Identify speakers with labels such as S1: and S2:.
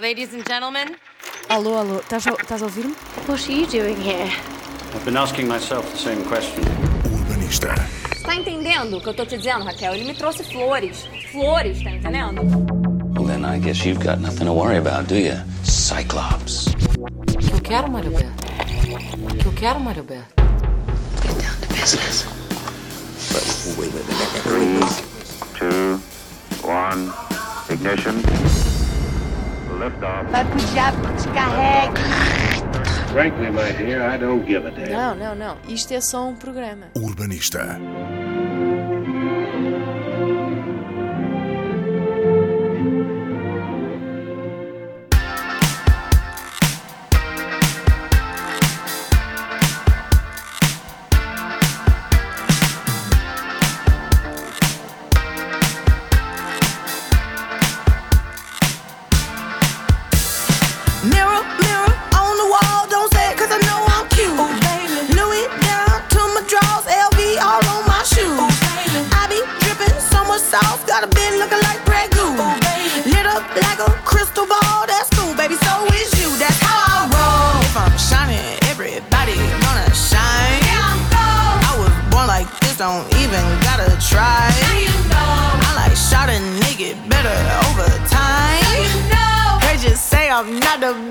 S1: Ladies and gentlemen,
S2: Alô, alô, estás a, estás a ouvir-me?
S3: What are you doing here?
S4: I've been asking myself the same question.
S5: Urbanista.
S6: Tá entendendo o que eu tô te dizendo, Raquel? Ele me trouxe flores. Flores, tá entendendo?
S7: Well, then I guess you've got nothing to worry about, do you? Cyclops.
S8: O que eu quero, Mário Beto? O que eu quero, Mário Beto?
S3: Get down to business.
S9: two, one, ignition. Liftoff.
S10: Vai pro diabo, descarrega.
S9: Frankly, my dear, I don't give a damn.
S2: Não, não, não. Isto é só um programa.
S5: Urbanista.
S11: Mirror, mirror on the wall, don't say it cause I know I'm cute. Louis down to my drawers, LV all on my shoes. I be dripping so much sauce, got a bin looking like Grey Goo. Lit up like a crystal ball, that's cool, baby, so is you. That's how I roll. If I'm shining, everybody gonna shine. I was born like this, don't even gotta try. I like shot a nigga better over time. They just say I'm not the